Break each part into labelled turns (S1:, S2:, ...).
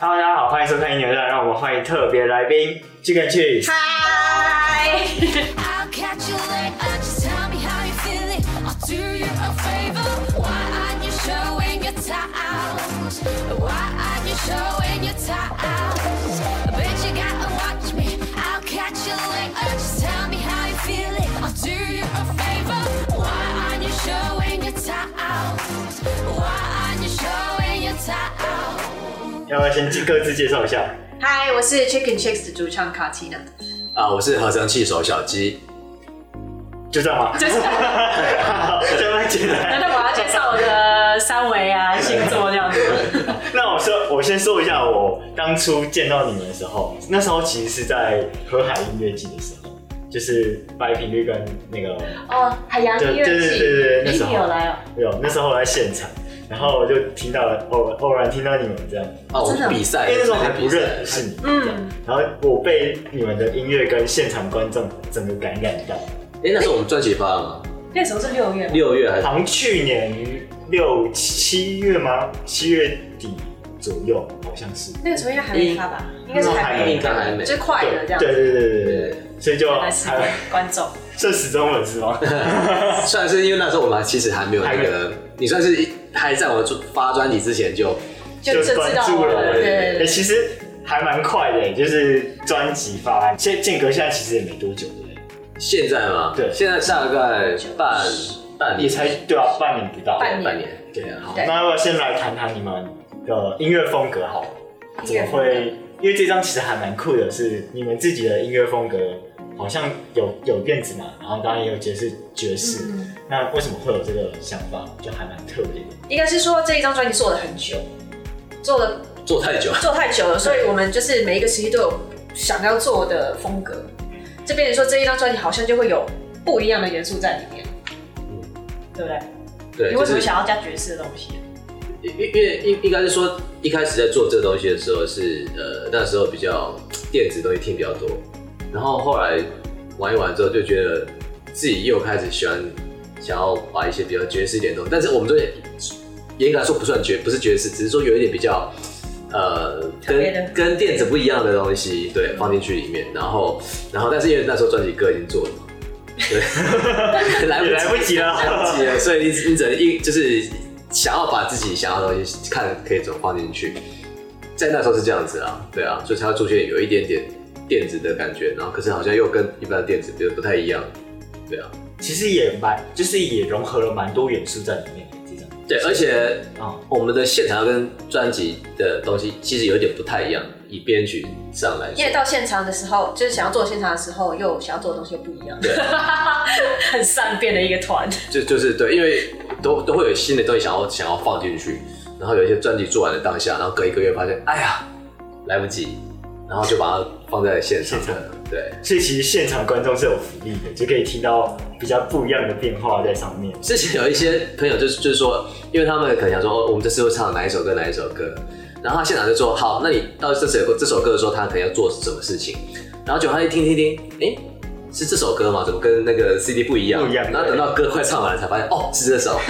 S1: Hello，大家好，欢迎收看《一牛让》，让我们欢迎特别来宾 Chicken Cheese。
S2: 嗨，
S3: I'll catch you late. Uh, Just tell me how you're feeling. I'll do you a favor. Why aren't you showing your towels? Why aren't you showing your towels? Bitch, you gotta watch me. I'll catch you late. Uh, Just tell me how you're feeling. I'll do you a favor. Why aren't you showing your towels? Why aren't you showing your towels?
S1: 要不要先各自介绍一下？
S2: 嗨，我是 Chicken Chicks 的主唱卡缇娜，
S4: 啊，我是合成器手小鸡。
S1: 就这样吗？
S2: 就是
S1: 好，这么简
S2: 难道
S1: 单。
S2: 我要介绍我的三围啊、星座这样子？
S1: 那我说，我先说一下，我当初见到你们的时候，那时候其实是在河海音乐季的时候，就是白频率跟那个
S2: 哦，海洋音乐
S1: 对对对对对那
S2: 季，
S1: 时
S2: 你
S1: 候
S2: 有来哦？
S1: 有那时候我在现场，然后我就听到了，偶偶然听到你们这样，
S4: 哦，我
S2: 真的
S4: 们比赛，
S1: 因哎为那时候还
S4: 比
S1: 不
S4: 赛
S1: 认识你。
S2: 嗯，
S1: 然后我被你们的音乐跟现场观众整个感染到，
S4: 哎，那时候我们专辑发了吗？
S2: 那时候是六月吗，
S4: 六月还是
S1: 好像去年六七月吗？七月底左右，好像是。
S2: 那个时候应该还没发吧？应该是还
S1: 还没
S2: 没
S4: 应，该还没
S2: 就。是快了这样
S1: 对
S2: 子。
S1: 对对对对对
S4: 对，
S1: 所以就
S2: 原来是
S1: 还
S2: 观众，
S1: 算始终粉丝吗？
S4: 虽然是因为那时候我们其实还没有那个，你算是一还在我们发专辑之前就
S2: 就就
S1: 关
S2: 知道
S1: 注
S2: 我
S1: 了，
S2: 了。对对
S1: 欸
S2: 对，
S1: 其实还蛮快的，就是专辑发案，间间隔现在其实也没多久，对不对？
S4: 现在嘛，
S1: 对
S4: 现在大概半半
S1: 也
S4: 年，
S1: 才对啊，半年不到。
S2: 半
S4: 半年，对啊，好
S2: 对
S1: 那我先来谈谈你们的音乐风格好了，怎
S2: 音
S1: 么
S2: 乐风格
S1: 会？因为这张其实还蛮酷的是，你们自己的音乐风格好像有有电子嘛，然后当然也有爵士爵士，
S2: 嗯
S1: 那为什么会有这个想法？就还蛮特别的。
S2: 应该是说这一张专辑做了很久，做了
S4: 做太久，
S2: 做太久了，所以我们就是每一个时期都有想要做的风格。这边说这一张专辑好像就会有不一样的元素在里面，对不对？
S4: 嗯对，
S2: 你为什
S4: 就
S2: 么
S4: 是
S2: 想要加爵士的东西？
S4: 因因因为应应该是说一开始在做这个东西的时候是呃那时候比较电子东西听比较多，然后后来玩一玩之后就觉得自己又开始喜欢想要把一些比较爵士一点的东西，但是我们这严格来说不算爵不是爵士，只是说有一点比较呃
S2: 特别的
S4: 跟跟电子不一样的东西对放进去里面，然后然后但是因为那时候专辑歌已经做了嘛，对，来
S1: 也来不及了，
S4: 来不及了，所以你你只能一就是想要把自己想要的东西看可以怎么放进去，在那时候是这样子啊，对啊，所以才会出现有一点点电子的感觉，然后可是好像又跟一般的电子比如不太一样，对啊，
S1: 其实也蛮，就是也融合了蛮多元素在里面的这张
S4: 对，而且
S1: 啊、
S4: 我们的现场跟专辑的东西其实有一点不太一样，以编曲上来
S2: 因为
S4: 说，
S2: 到现场的时候，就是想要做现场的时候，又想要做的东西又不一样，
S4: 对，
S2: 很善变的一个团。
S4: 就就是对，因为都都会有新的东西想要想要放进去，然后有一些专辑做完的当下，然后隔一个月发现，哎呀，来不及，然后就把它放在现场
S1: 现
S4: 了。对，
S1: 所以其实现场观众是有福利的，就可以听到比较不一样的变化在上面。
S4: 之前有一些朋友就是就是说，因为他们可能想说，哦，我们这次会唱哪一首歌，哪一首歌，然后他现场就说，好，那你到这首歌这首歌的时候，他可能要做什么事情，然后就他一听听听，哎、是这首歌吗？怎么跟那个 CD 不一样？
S1: 不一样
S4: 然后等到歌快唱完了，才发现哦，是 这首，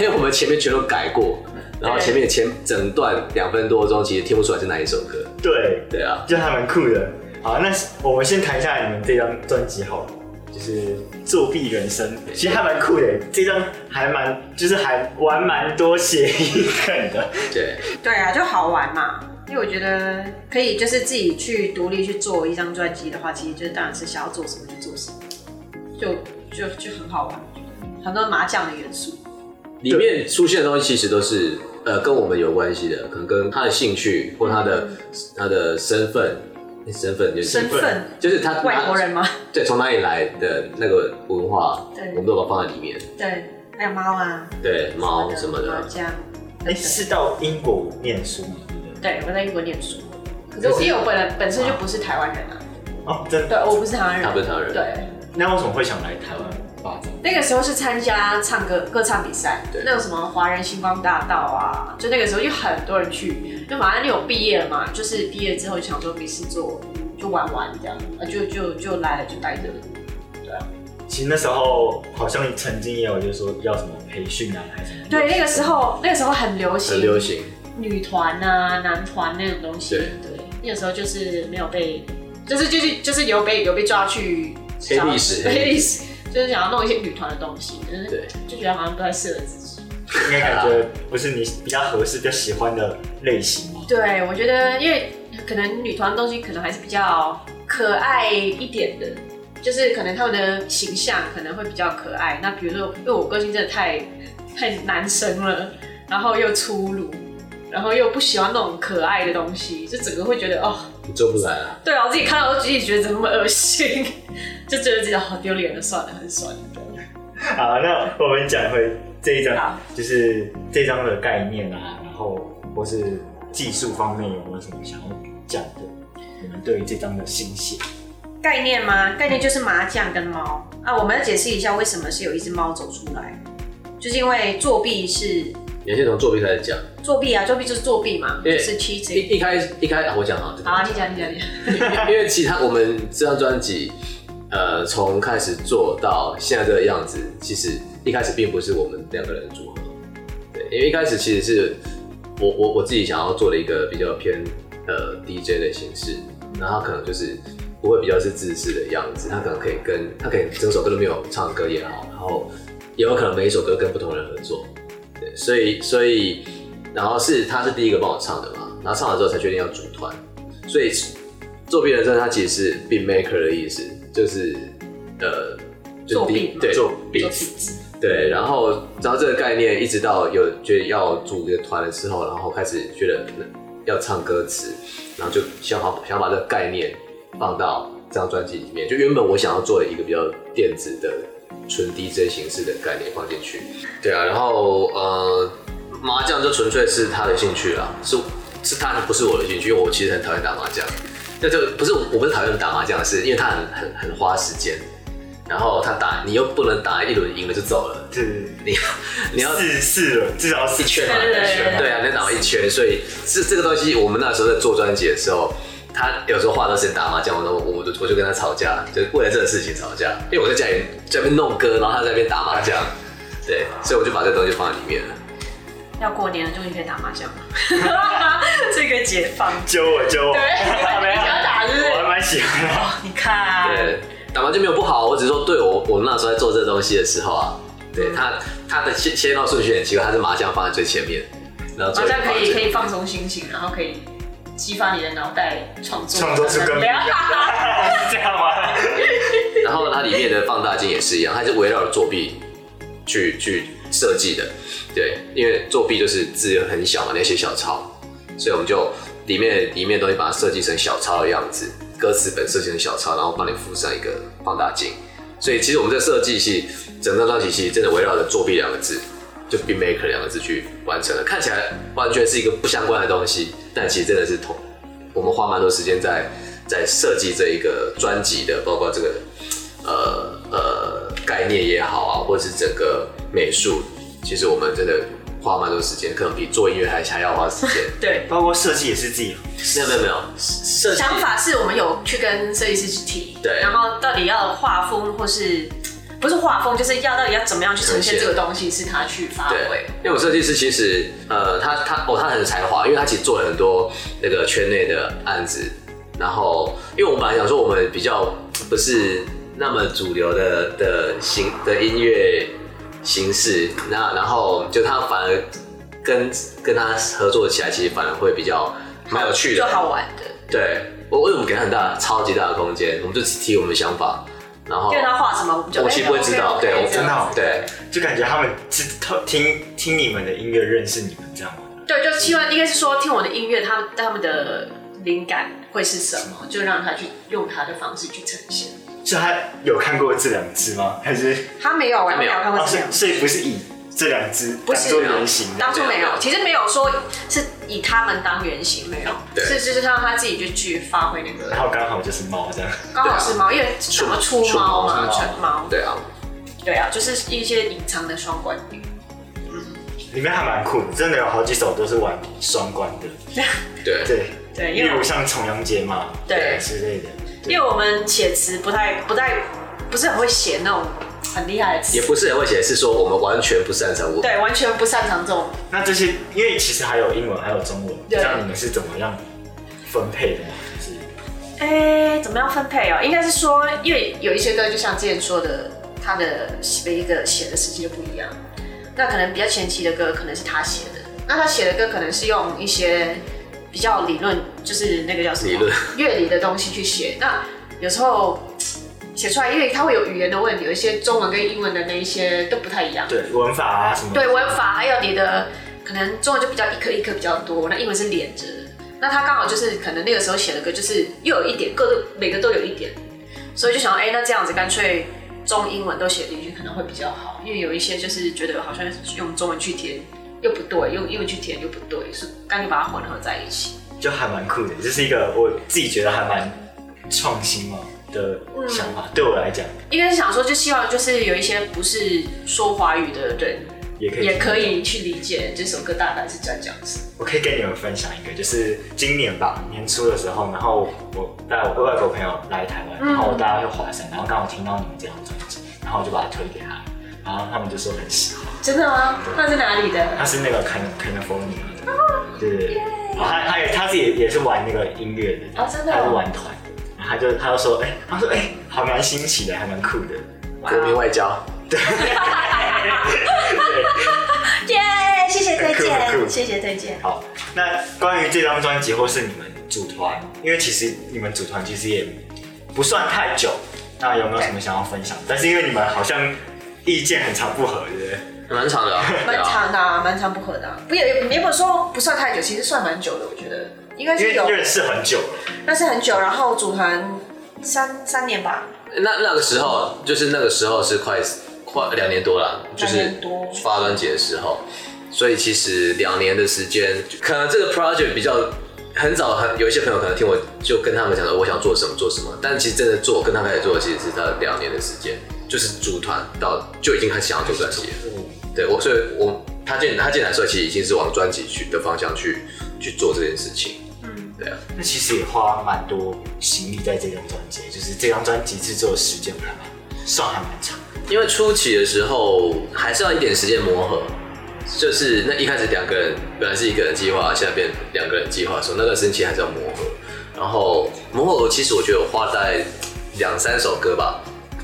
S4: 因为我们前面全都改过，然后前面前整段两分多钟其实听不出来是哪一首歌。
S1: 对，
S4: 对啊，
S1: 就还蛮酷的。好，那我们先谈一下你们这张专辑好了，就是《作弊人生》，其实还蛮酷的。这张还蛮，就是还玩蛮多谐音梗的。
S4: 对，
S2: 对啊，就好玩嘛。因为我觉得可以，就是自己去独立去做一张专辑的话，其实就是当然是想要做什么就做什么，就就就很好玩，我觉得很多麻将的元素。
S4: 里面出现的东西其实都是呃跟我们有关系的，可能跟他的兴趣或他的、他的身份，诶身份就是
S2: 嗯身份
S4: 就是他
S2: 外国人吗？
S4: 对从哪里来的那个文化，
S2: 对
S4: 我们都把它放在里面。
S2: 对，还有猫啊，
S4: 对，猫什么
S2: 麻
S4: 的，
S2: 将。
S1: 哎、是到英国念书吗？对不对
S2: 对，我在英国念书，可是我因为我本来本身就不是台湾人啊，
S1: 哦，真
S2: 对
S1: 的。
S2: 我不是台湾人，
S4: 他不是台湾人
S2: 对，
S1: 那为什么会想来台湾发展？
S2: 那个时候是参加唱歌歌唱比赛，
S4: 对
S2: 那有什么华人星光大道啊，就那个时候就很多人去，就马上你有毕业了嘛，就是毕业之后就想说没事做，就玩玩这样，啊就就就来了就待着了。
S1: 其实那时候好像曾经也有，就是说要什么培训啊，还是什么？
S2: 对，那个时候那个时候很流行，
S4: 很流行。
S2: 女团啊、男团那种东西，
S4: 对
S2: 对，你有时候就是没有被，就是就是就是有被有被抓去
S4: 黑
S2: 想要
S4: 历史
S2: 黑历史，就是想要弄一些女团的东西，但是
S4: 对，
S2: 就觉得好像不太适合自己。
S1: 应该感觉不是你比较合适、比较喜欢的类型嘛？
S2: 对，我觉得因为可能女团的东西可能还是比较可爱一点的，就是可能他们的形象可能会比较可爱。那比如说，因为我个性真的太太男生了，然后又粗鲁，然后又不喜欢那种可爱的东西，就整个会觉得哦，
S4: 你做不来啊。
S2: 对啊，我自己看到我自己觉得怎么那么恶心，就觉得自己好丢脸的，算了，很算了。
S1: 好，那我们讲回这一张
S2: 好，
S1: 就是这张的概念啊，然后或是技术方面有没有什么想要讲的？你们对于这张的心血，
S2: 概念吗？概念就是麻将跟猫啊。我们要解释一下为什么是有一只猫走出来，就是因为作弊是
S4: 你要先从作弊开始讲，
S2: 作弊啊，作弊就是作弊嘛，就
S4: 对
S2: 是
S4: 一
S2: cheating。
S4: 一开一开，啊我讲啊，这个
S2: 好啊，你讲，你讲，你讲。
S4: 因为 其他我们这张专辑，呃，从开始做到现在这个样子，其实一开始并不是我们两个人的组合，对，因为一开始其实是我我我自己想要做的一个比较偏呃 DJ 的形式，那他可能就是不会比较是自私的样子，他可能可以跟他可以整首歌都没有唱歌也好，然后也有可能每一首歌跟不同人合作，对，所以所以然后是他是第一个帮我唱的嘛，然后唱完之后才决定要组团，所以作弊人生它其实是 beat maker 的意思，就是呃，就是
S2: 作弊
S4: beat-
S2: 嘛
S4: 对，
S1: 作弊
S2: 作弊
S4: 对，然后然后这个概念一直到有觉得要组一个团的时候，然后开始觉得嗯要唱歌词，然后就想好想把这个概念放到这张专辑里面。就原本我想要做一个比较电子的纯 DJ 形式的概念放进去，对啊，然后呃麻将就纯粹是他的兴趣啦，是是他不是我的兴趣，因为我其实很讨厌打麻将。那就不是我我不是讨厌打麻将，是因为他很很很花时间，然后他打你又不能打一轮赢了就走了。
S1: 是
S4: 你要
S1: 四四轮，至少
S4: 一
S1: 四
S4: 圈嘛，
S2: 对对对对
S4: 对啊，你要打完一圈，所以是这个东西，我们那时候在做专辑的时候，他有时候花很多时间打麻将，我都我就我就跟他吵架，就是为了这个事情吵架，因为我在家里在那边弄歌，然后他在那边打麻将，对，所以我就把这个东西放在里面了。
S2: 要过年了，终于可以打麻将了， 这个解放。
S1: 揪我揪我，
S2: 对，
S1: 没有
S2: 想要打是不
S1: 我还
S2: 是？
S1: 蛮喜欢的。
S2: 你看，
S4: 对，打麻将没有不好，我只是说对我我那时候在做这个东西的时候啊，对他他的先先后顺序很奇怪，他是麻将放在最前面，然后最
S2: 麻
S4: 后
S2: 将可以
S4: 放
S2: 可
S4: 在
S2: 以放松心情，然后可以激发你的脑袋创作，
S1: 创作出更
S2: 不要
S1: 是这样吗？
S4: 然后它里面的放大镜也是一样，它是围绕着作弊去去设计的。对，因为作弊就是字很小嘛，那些小抄，所以我们就里面里面东西把它设计成小抄的样子，歌词本设计成小抄，然后帮你附上一个放大镜。所以其实我们这设计系整张专辑系真的围绕着作弊两个字，就 b e maker 两个字去完成了，看起来完全是一个不相关的东西，但其实真的是同我们花蛮多时间在在设计这一个专辑的，包括这个呃呃概念也好啊，或是整个美术，其实我们真的花蛮多时间，可能比做音乐还还要花时间。
S2: 对。
S1: 包括设计也是自己，哦
S4: 没有没有没有，设计
S2: 想法是我们有去跟设计师去提，
S4: 对
S2: 然后到底要画风或是不是画风，就是要到底要怎么样去呈现这个东西，是他去发
S4: 对
S2: 挥。，
S4: 因为我设计师其实呃，他他哦，他很有才华，因为他其实做了很多那个圈内的案子。然后，因为我们本来想说，我们比较不是那么主流的的形的音乐形式，那然后就他反而跟跟他合作起来，其实反而会比较蛮有趣的，
S2: 就好玩的。
S4: 对，我我们给他很大超级大的空间，我们就只提我们的想法，然后
S2: 因为他画什么，我们就哎
S4: 我其实不会知道，对，我
S1: 真的哦
S4: 对。
S1: 就感觉他们是透听听你们的音乐认识你们这样吗？
S2: 对，就希望应该是说听我的音乐，他们他们的灵感会是什么，就让他去用他的方式去呈现。
S1: 是他有看过这两支吗？还是
S2: 他没有，我
S4: 他没有
S2: 有看
S1: 哦，
S2: 过这
S1: 所以
S2: 样。
S1: 所以不是以这两支
S2: 不
S1: 当
S2: 是啊
S1: 做原型的
S2: 当初没
S4: 没
S2: 有
S4: 有，
S2: 其实没有说是以他们当原型，没有，
S4: 对
S2: 是就是让他自己就去发挥那个，
S1: 然后刚好就是猫这样。
S2: 刚好是猫，因为什么啊出猫嘛，
S4: 出
S2: 成猫，
S4: 对啊，
S2: 对啊，就是一些隐藏的双关语。
S1: 里面还蛮酷的，真的有好几首都是玩双关的，
S4: 对，
S1: 对，
S2: 对，
S1: 例
S2: 因为
S1: 如像重阳节嘛，
S2: 对
S1: 之类的，
S2: 因为我们写词不太不太不是很会写那种很厉害的词
S4: 也，不是很会写，是说我们完全不擅长我。
S2: 对，完全不擅长这种。
S1: 那这些，因为其实还有英文，还有中文，
S2: 对
S1: 这样你们是怎么样分配的吗？就是
S2: 哎，怎么样分配哦？应该是说，因为有一些歌，就像之前说的，他的每一个写的时期就不一样。那可能比较前期的歌，可能是他写的。那他写的歌可能是用一些比较理论，就是那个叫什么
S4: 理论
S2: 乐理的东西去写。那有时候写出来，因为它会有语言的问题，有一些中文跟英文的那一些都不太一样。
S1: 对文法啊什么的？
S2: 对文法，还有你的可能中文就比较一颗一颗比较多，那英文是连着的。那他刚好就是可能那个时候写的歌，就是又有一点，各个每个都有一点，所以就想，哎、那这样子干脆中英文都写进去可能会比较好，因为有一些就是觉得好像用中文去填又不对，用英文去填又不对，所以干脆把它混合在一起。
S1: 就还蛮酷的，这是一个我自己觉得还蛮创新嘛的
S2: 嗯
S1: 想法。对我来讲，
S2: 应该是想说，就希望就是有一些不是说华语的人
S1: 也可以
S2: 也可以去理解这首歌大概是在讲什么。
S1: 我可以跟你们分享一个，就是今年吧年初的时候，然后我带我外国朋友来台
S2: 嗯
S1: 湾，然后我带他去华山，然后刚好听到你们这张专辑，然后我就把它推给他，然后他们就说很喜欢，
S2: 真的吗？那是哪里的？
S1: 他是那个 Can California 的，对对对，然后他他也哎他是也也是玩那个音乐的，
S2: 哦真的哦
S1: 他是玩团的，然后他就他就说，哎、他说哎、还蛮新奇的，还蛮酷的，
S4: 国民外交，
S2: 耶！谢谢推
S1: 很酷很
S2: 荐，
S1: 酷
S2: 谢谢推荐。
S1: 好，那关于这张专辑或是你们组团，因为其实你们组团其实也不算太久，那有没有什么想要分享？但是因为你们好像意见很常不合，对不对？
S4: 蛮长的啊，对
S2: 蛮
S4: 啊，
S2: 长的、啊，蛮长不合的、啊，不也也不能说不算太久，其实算蛮久的，我觉得应该是
S1: 因
S2: 有
S1: 为，认识很久了，
S2: 但是很久，然后组团三三年吧，
S4: 那那个时候就是那个时候是快快两年多了，就是
S2: 年多
S4: 发专辑的时候，所以其实两年的时间，可能这个 project 比较很早很有一些朋友可能听我就跟他们讲说我想做什么做什么，但其实真的做跟他们开始做其实是到两年的时间，就是组团到就已经开始想要做专辑了。对我，所以我他进他进来的时候，其实已经是往专辑去的方向去去做这件事情。嗯，对啊，
S1: 那其实也花蛮多心力在这张专辑，就是这张专辑制作的时间还蛮算还蛮长。
S4: 因为初期的时候还是要一点时间磨合，就是那一开始两个人本来是一个人计划，现在变两个人计划的时候，那段时间其实还是要磨合。然后磨合，其实我觉得我花在两三首歌吧，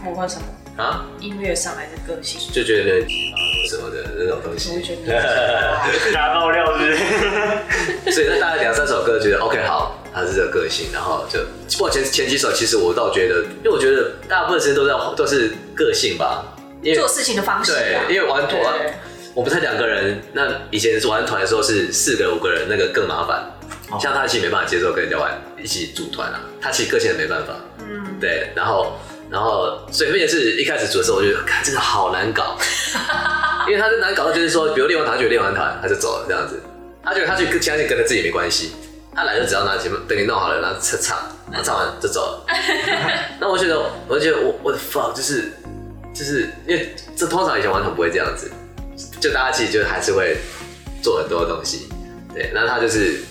S2: 我会什么
S4: 啊，
S2: 音乐上来的个性，
S4: 就觉得啊什么的那种
S2: 我
S4: 东
S2: 会觉
S4: 西，
S2: 得
S1: 大爆料是不是？
S4: 所以那大概两三首歌觉得 OK 好，他是这个个性，然后就不过前前几首其实我倒觉得，因为我觉得大部分时间都在都是个性吧，因为
S2: 做事情的方式、啊，
S4: 对，因为玩团
S2: 对，
S4: 我们才两个人，那以前玩团的时候是四个五个人，那个更麻烦。
S1: 哦
S4: 像他其实没办法接受跟人家玩一起组团啊，他其实个性也没办法。
S2: 嗯，
S4: 对，然后然后所以面是一开始组的时候，我就觉得，看这个好难搞，因为他是难搞到就是说，比如练完团就练完团，他就走了这样子，他觉得他去跟其他人跟他自己没关系，他来就只要拿节目等你弄好了，然后唱唱，然后唱完就走了。那我觉得，我就觉得我我的 fuck 就是就是因为这通常以前玩团不会这样子，就大家其实就还是会做很多东西，对，那他就是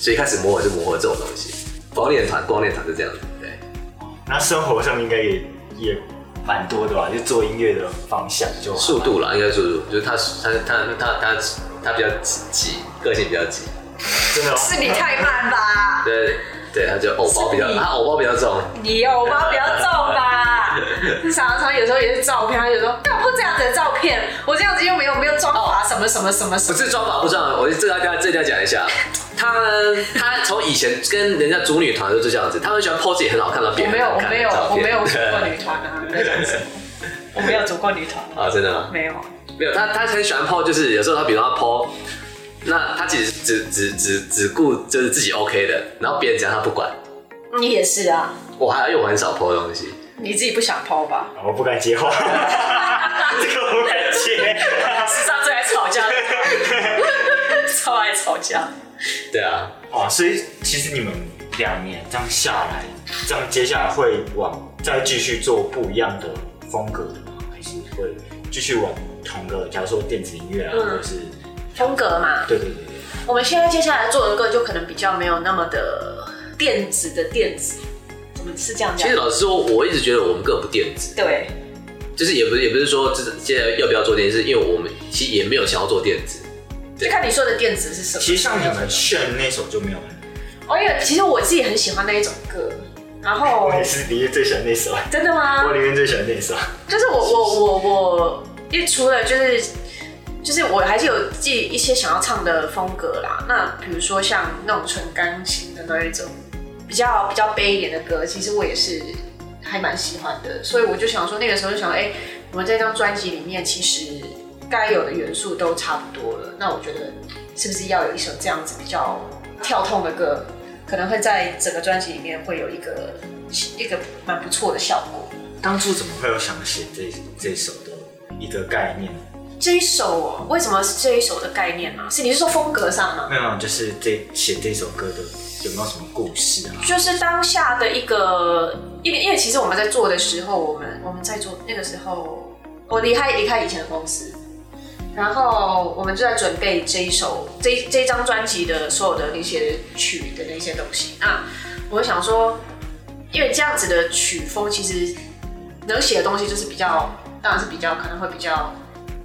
S4: 所以一开始磨合就磨合这种东西，光练团光练团就这样子，对。
S1: 那生活上应该也也蛮多的吧，就做音乐的方向就还蛮
S4: 速度啦，应该速度，就是他他他他他他比较急，个性比较急，
S1: 真的哦
S2: 是你太慢吧，
S4: 对对，他就偶包比较，
S2: 是你
S4: 他偶包比较重，
S2: 你偶包比较重吧。 常常有时候也是照片，他就说干不这样子的照片，我这样子又没有没有装法什么什么什么什么，
S4: 不是装法不装，我这个要跟他这个要讲一下，他他从以前跟人家组女团都是这样子，他们喜欢 pose 自己很好看到别
S2: 我没
S4: 人
S2: 有
S4: 很好
S2: 我
S4: 看
S2: 没有
S4: 的照
S2: 我
S4: 片
S2: 没 有组过女团啊，不要讲什么我没有组过女团，
S4: 啊，真的吗？
S2: 没有。
S4: 没有，他他很喜欢 po，就是有时候他比如说他 po，那他其实只只只只顾就是自己 OK 的，然后别人怎样他不管，
S2: 你也是啊，
S4: 我还因为我很少 po 东西，
S2: 你自己不想抛吧？
S1: 啊我不敢接话， 这个我不敢接。
S2: 史上最爱吵 架的，超爱吵架。
S4: 对啊，
S1: 哇，哦所以其实你们两年这样下来，这样接下来会往再继续做不一样的风格的吗？还是会继续往同个，假如说电子音乐啊，
S2: 嗯
S1: 或者是
S2: 风格嘛，
S1: 对对对对，
S2: 我们现在接下来做的歌就可能比较没有那么的电子的电子，怎么是这样
S4: 其
S2: 讲
S4: 实？老实说，我一直觉得我们更不电子。
S2: 对，
S4: 就是也不是也不是说，就是现在要不要做电子，是因为我们其实也没有想要做电子，
S2: 就看你说的电子是什么。
S1: 其实像你们炫那首就没有很，
S2: 哦，因为其实我自己很喜欢那一种歌，然后
S1: 我也是里面最喜欢那首，啊
S2: 真的吗？
S1: 我里面最喜欢那首。啊
S2: 就是我我我我，因为除了就是就是我还是有自己一些想要唱的风格啦。那比如说像那种纯钢琴的那一种，比较比较悲一点的歌，其实我也是还蛮喜欢的。所以我就想说，那个时候就想，哎、我们这张专辑里面其实该有的元素都差不多了。那我觉得是不是要有一首这样子比较跳痛的歌，可能会在整个专辑里面会有一个一个蛮不错的效果。
S1: 当初怎么会有想写这这首的一个概念？
S2: 这一首哦，为什么是这一首的概念呢、是你是说风格上吗？
S1: 没有，就是这写这首歌的有没有什么故事啊？
S2: 就是当下的一个，因为因为其实我们在做的时候，我们我们在做那个时候，我离开离开以前的公司，然后我们就在准备这一首这一这一张专辑的所有的那些曲的那些东西。那我想说，因为这样子的曲风，其实能写的东西就是比较，当然是比较可能会比较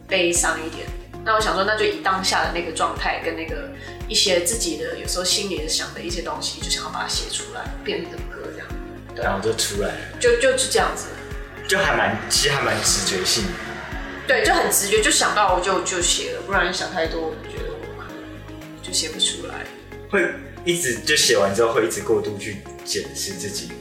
S2: 悲伤一点。那我想说，那就以当下的那个状态跟那个一些自己的有时候心里想的一些东西，就想要把它写出来，变成一首歌这样，
S1: 然后就出来了，
S2: 就就就这样子。
S1: 就还蛮，其实还蛮直觉性的。
S2: 对，就很直觉，就想到我就就写了，不然想太多，我觉得我可能就写不出来。
S1: 会一直就写完之后会一直过度去检视自己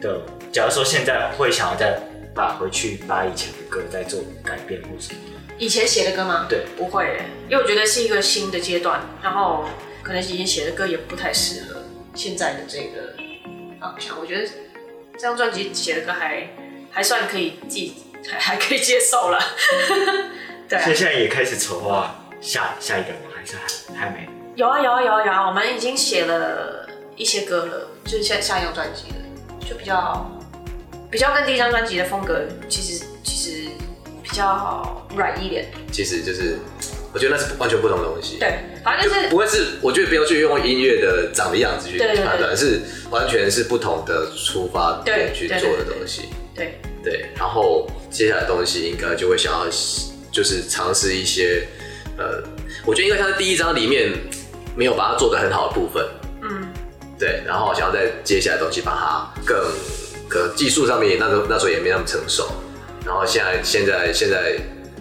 S1: 的。假如说现在会想要再把回去把以前的歌再做改变或什么，
S2: 以前写的歌吗？
S1: 对
S2: 不会耶，因为我觉得是一个新的阶段，然后可能以前写的歌也不太适合现在的这个方向。我觉得这张专辑写的歌还还算可以，自己还还可以接受了。 对啊
S1: 所以现在也开始筹划下下一个吗？还是还还没？
S2: 有啊有啊有啊有啊，我们已经写了一些歌了，就是下下一张专辑了，就比较比较跟第一张专辑的风格其实其实比较软一点。
S4: 其实就是我觉得那是完全不同的东西。
S2: 对，反正就是
S4: 不会是，我觉得不要去用音乐的长的样子去
S2: 对对对
S4: 判断，是完全是不同的出发点
S2: 对
S4: 去
S2: 对
S4: 做
S2: 对
S4: 的
S2: 对
S4: 东西。
S2: 对
S4: 对，然后接下来的东西应该就会想要就是尝试一些，呃，我觉得应该像是第一章里面没有把它做得很好的部分，
S2: 嗯。
S4: 对，然后想要在接下来的东西把它更，可能技术上面也那时候那时候也没那么成熟，然后现在现在现在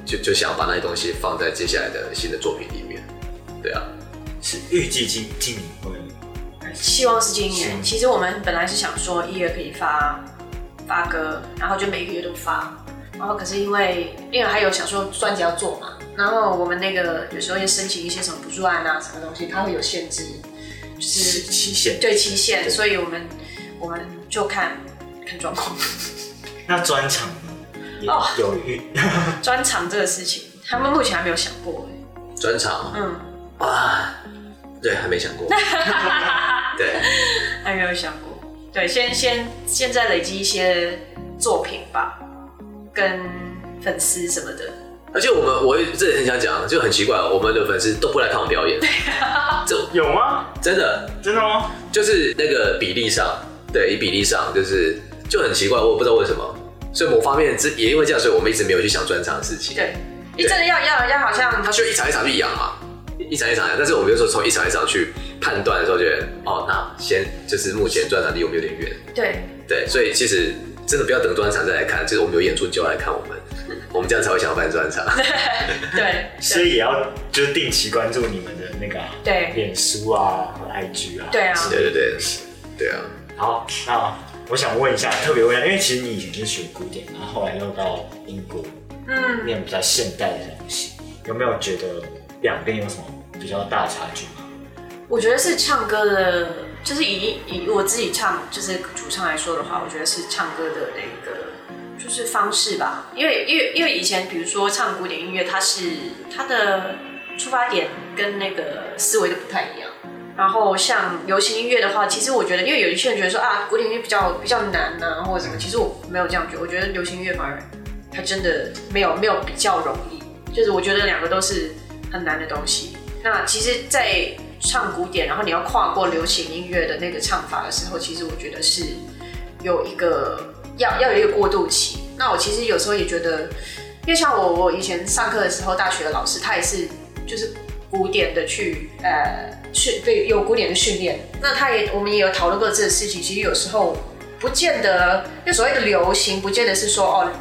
S4: 就就想把那些东西放在接下来的新的作品里面，对啊，
S1: 是预计今今年会开始？
S2: 希望是今年。
S1: 是
S2: 其实我们本来是想说一月可以发发歌，然后就每个月都发，然后可是因为因为还有想说专辑要做嘛，然后我们那个有时候要申请一些什么补助案啊什么东西，它会有限制，就
S1: 期
S2: 是
S1: 期限？
S2: 对期限，
S1: 对
S2: 所以我们我们就看看状 况。
S1: 那专场呢？也
S2: 哦
S1: 有预，
S2: 专场这个事情，他们目前还没有想过、欸
S4: 专场
S2: 嗯，
S4: 啊，对，还没想过，对，
S2: 还没有想过。对，先先现在累积一些作品吧，跟粉丝什么的。
S4: 而且我们我也这也很想讲，啊就很奇怪，我们的粉丝都不来看我们表演，这
S1: 有吗？
S4: 真的
S1: 真的吗？
S4: 就是那个比例上，对，以比例上就是就很奇怪，我也不知道为什么。所以某方面，这也因为这样，所以我们一直没有去想专场的事情。
S2: 对，因为真的要要人家好像
S4: 他需要一场一场去养嘛，一场一场养。但是我们有时候从一场一场去判断的时候，觉得哦，那先就是目前专场离我们有点远，
S2: 对
S4: 对，所以其实真的不要等专场再来看，就是我们有演出你就要来看我们，我们这样才会想要办专场。
S2: 对
S1: 所以也要就是定期关注你们的那个啊
S2: 对
S1: 脸书啊、和 IG 啊。
S2: 对啊
S4: 对对对，对啊，
S1: 好，那我想问一下，特别问一下，因为其实你以前是学古典，然后后来又到英国
S2: 嗯，
S1: 念比较现代的东西，有没有觉得两边有什么比较大差距吗？
S2: 我觉得是唱歌的，就是以以我自己唱就是主唱来说的话，我觉得是唱歌的那个就是方式吧，因为因为因为以前比如说唱古典音乐，它是它的出发点跟那个思维都不太一样。然后像流行音乐的话，其实我觉得，因为有一些人觉得说啊，古典音乐比较比较难呐、或者什么，其实我没有这样觉得。我觉得流行音乐反而它真的没有没有比较容易，就是我觉得两个都是很难的东西。那其实，在唱古典，然后你要跨过流行音乐的那个唱法的时候，其实我觉得是有一个要要有一个过渡期，那我其实有时候也觉得，因为像我我以前上课的时候，大学的老师他也是就是古典的去呃训对有古典的训练，那他也我们也有讨论过这个事情。其实有时候不见得，就所谓的流行，不见得是说哦。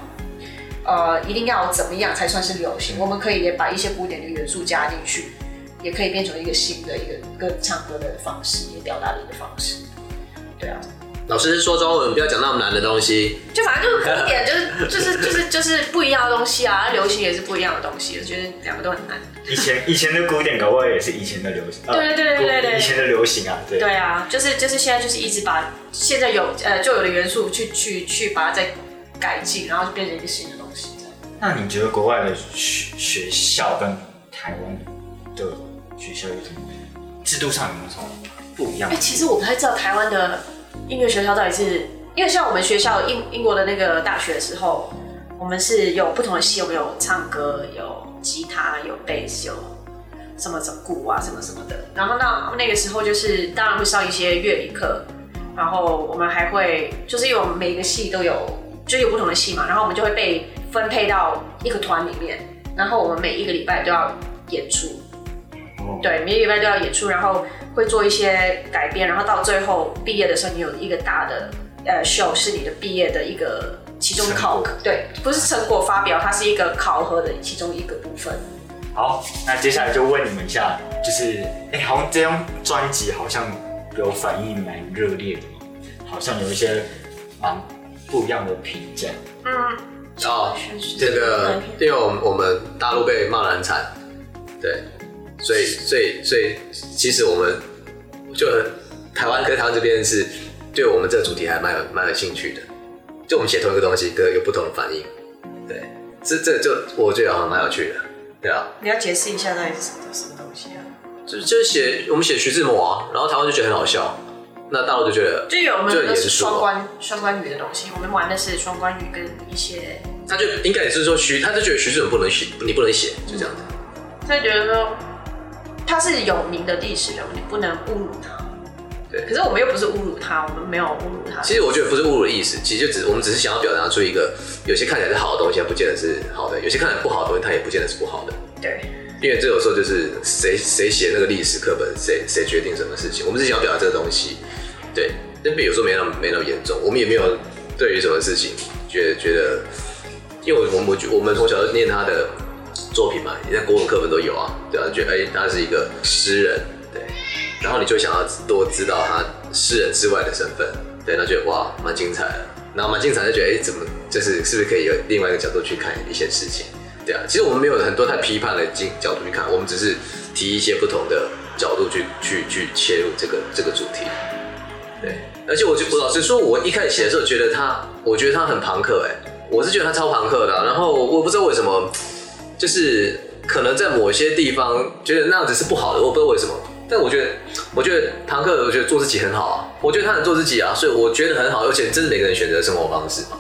S2: 呃，一定要怎么样才算是流行？我们可以也把一些古典的元素加进去，也可以变成一个新的一个跟唱歌的方式，也表达的一个方式。对啊，
S4: 老师说中文，不要讲那么难的东西。
S2: 就反正就是古典， 就是就是就是就是不一样的东西啊，流行也是不一样的东西，我觉得两个都很难。
S1: 以 前以前的古典搞不好也是以前的流行，呃
S2: 对对对对对对
S1: 以前的流行啊，对，
S2: 对啊，就是就是现在就是一直把现在有呃就有的元素去去去把它再改进，然后就变成一个新的东西。这样
S1: 那你觉得国外的学学校跟台湾的学校有什么制度上有没有什么不一样
S2: 哎、？其实我不太知道台湾的音乐学校到底是，因为像我们学校英英国的那个大学的时候，我们是有不同的系，我们有唱歌，有吉他，有贝斯，有什么什么鼓啊，什么什么的。然后那那个时候就是当然会上一些乐理课，然后我们还会就是因为我们每个系都有就是有不同的系嘛，然后我们就会被分配到一个团里面，然后我们每一个礼拜都要演出。
S1: 哦
S2: 对，每个礼拜都要演出，然后会做一些改编，然后到最后毕业的时候，你有一个大的呃 show 是你的毕业的一个期中考
S1: 成果，
S2: 对，不是成果发表，它是一个考核的其中一个部分。
S1: 好，那接下来就问你们一下，就是哎、好像这张专辑好像有反应蛮热烈的嘛，好像有一些蛮不一样的评价。
S2: 嗯，
S4: 哦，这个因为我们我们大陆被骂得很惨，对，所以所以所以其实我们就很台湾跟台湾这边是对我们这个主题还蛮有蛮有兴趣的，就我们写同一个东西，各有不同的反应，对，这这就我觉得好像蛮有趣的，对啊，
S2: 你要解释一下到底是什么什么东西啊？
S4: 就就写我们写徐志摩啊，然后台湾就觉得很好笑，那大陆就觉得
S2: 就有我们
S4: 就
S2: 的
S4: 严
S2: 是
S4: 肃
S2: 双
S4: 哦。
S2: 关双关语的东西，我们玩的是双关语跟一些，
S4: 他就应该也是说徐，他就觉得徐志摩不能写，你不能写，就这样子。
S2: 所以觉得说他是有名的历史人物，你不能侮辱他。
S4: 对
S2: 可是我们又不是侮辱他，我们没有侮辱他。
S4: 其实我觉得不是侮辱的意思，其实就只我们只是想要表达出一个，有些看起来是好的东西，它不见得是好的；有些看起来不好的东西，它也不见得是不好的。
S2: 对。
S4: 因为这有时候就是谁谁写那个历史课本，谁谁决定什么事情。我们是想要表达这个东西，对。但有时候没那么没那么严重，我们也没有对于什么事情觉得觉得，因为我我们我们从小就念他的作品嘛，也在国文课本都有啊，对啊，觉得哎、他是一个诗人，对。然后你就想要多知道他诗人之外的身份，对，那觉得哇，蛮精彩的。然后蛮精彩，就觉得哎、怎么就是是不是可以有另外一个角度去看一些事情？对啊，其实我们没有很多太批判的角角度去看，我们只是提一些不同的角度去去去切入这个这个主题。对，而且我就我老实说，我一开始写的时候觉得他，我觉得他很朋克哎、我是觉得他超朋克的啊、然后我不知道为什么，就是可能在某些地方觉得那样子是不好的，我不知道为什么。但我觉得，我觉得朋克，我觉得做自己很好啊，我觉得他很做自己啊，所以我觉得很好，而且这是每个人选择的生活方式嘛。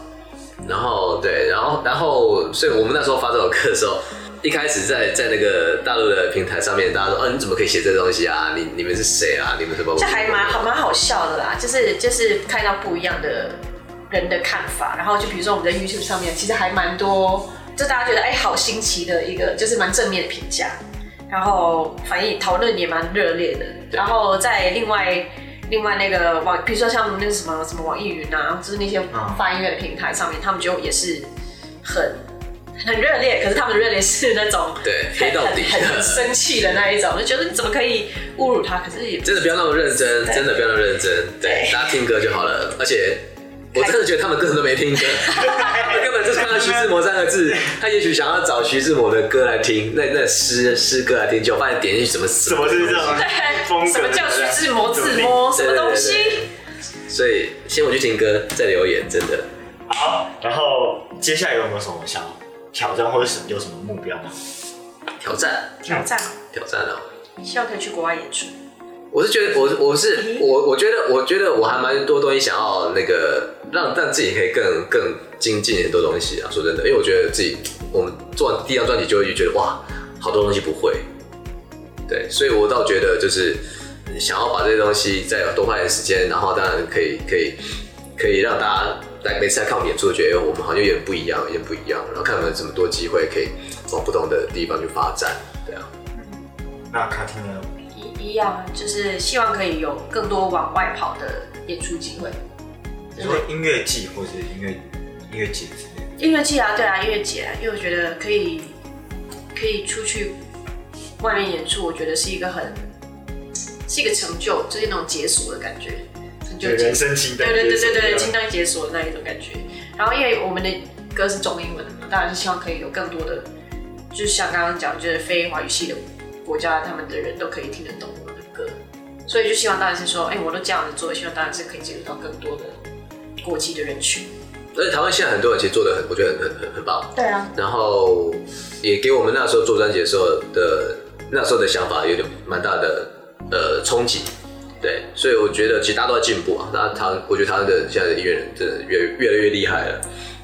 S4: 然后对，然后然后，所以我们那时候发这首歌的时候，一开始在在那个大陆的平台上面，大家说，哦，你怎么可以写这东西啊？你你们是谁啊？你们什么？
S2: 这还蛮好蛮好笑的啦，就是就是看到不一样的人的看法，然后就比如说我们在 YouTube 上面，其实还蛮多，就大家觉得哎、好新奇的一个，就是蛮正面的评价，然后反应讨论也蛮热烈的，
S4: 对
S2: 然后在另外。另外那个网，比如说像那个什么什么网易云啊，就是那些发音乐的平台上面，他们就也是很很热烈，可是他们的热烈是那种
S4: 对黑到底
S2: 很很 很生气的那一种，就觉得你怎么可以侮辱他？可是也不
S4: 真的不要那么认真，真的不要那么认真，对，
S2: 对
S4: 大家听歌就好了。而且我真的觉得他们根本都没听歌，他们根本就是看到徐志摩三个字，他也许想要找徐志摩的歌来听，那那诗诗歌来听，就发现点进去什么什
S1: 怎么是这种风格？
S2: 什么叫徐志摩自摸？什
S4: 对
S2: 么
S4: 对对
S2: 东西？
S4: 对所以先我去听歌，再留言，真的。
S1: 好，然后接下来有没有什么想挑战或者是有什么目标吗？
S4: 挑战，
S2: 挑战，
S4: 挑战哦！
S2: 希望可以去国外演出。
S4: 我是觉得，我我是我，我觉得，我觉得我还蛮多东西想要那个让让自己可以更更精进很多东西啊。说真的，因为我觉得自己我们做完第一张专辑就会觉得哇，好多东西不会，对，所以我倒觉得就是想要把这些东西再多花点时间，然后当然可以可以可以让大家来每次来看我们演出，觉得哎我们好像有点不一样，有点不一样，然后看有没有这么多机会可以往不同的地方去发展，对啊。
S1: 那卡听呢？
S2: 一一样，就是希望可以有更多往外跑的演出机会。
S1: 你说音乐季或者是音乐音乐节之类的，
S2: 音乐季啊，对啊，音乐节啊，因为我觉得可以可以出去外面演出，我觉得是一个很是一个成就，就是那种解锁的感觉，成就
S1: 对
S2: 解
S1: 人
S2: 锁。
S1: 生清单
S2: 对对对对对，
S1: 清
S2: 清单解锁的那一种感觉。然后因为我们的歌是中英文的嘛，当然是希望可以有更多的，就是像刚刚讲，就是非华语系的国家他们的人都可以听得懂我们的歌，所以就希望当然是说，哎、我都这样子做，希望当然是可以接触到更多的国际的人群。
S4: 而且台湾现在很多人其实做的很，我觉得很很很很棒，
S2: 对啊，
S4: 然后也给我们那时候做专辑的时候的那时候的想法有点蛮大的呃冲击，对，所以我觉得其实大家都在进步啊。那他我觉得他的现在的音乐人真的越越来越厉害了，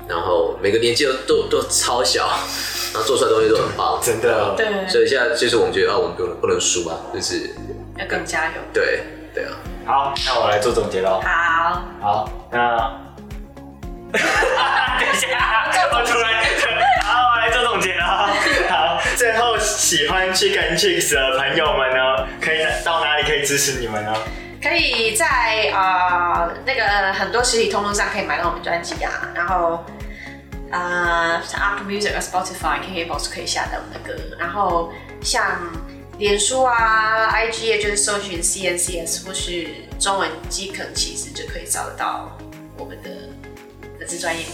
S4: 然后每个年纪都都都超小，然后做出来的东西都很棒，
S1: 真的
S2: 对，
S4: 所以现在就是我们觉得啊，我们不能不能输啊，就是
S2: 要更加油。
S4: 对对啊，
S1: 好，那我来做总结喽。
S2: 好，
S1: 好，那等一下，我突然，好，我来做总结了。好，最后喜欢 Chicken Chicks 的朋友们呢，可以到哪里可以支持你们哦呢？
S2: 可以在啊、呃那个很多实体通路上可以买到我们专辑啊，然后啊、呃、像 Apple Music 啊、Spotify、KKBox 可以下载我们的歌，然后像脸书啊、IG 也就是搜寻 CNCS 或是中文基肯，其实就可以找得到我们的粉丝专业，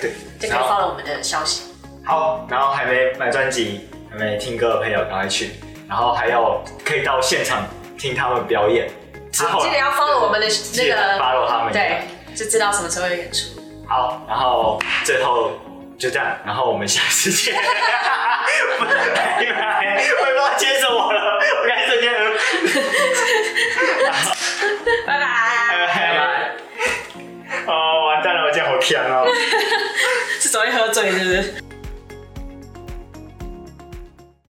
S1: 对，
S2: 就可以
S1: 然后
S2: follow 我们的消息。
S1: 好，然后还没买专辑、还没听歌的朋友赶快去，然后还有可以到现场听他们表演。之后
S2: 好，记得要 follow 我们的那
S1: 记得
S2: 个
S1: follow 他们
S2: 对，就知道什么时候有 演出。
S1: 好，然后最后就这样，然后我们下次见。拜拜，我也不知道接什么了，我刚才瞬间很
S2: 拜拜，
S1: 拜拜。哦，完蛋了，我今天好偏哦。
S2: 是昨天喝醉是不是？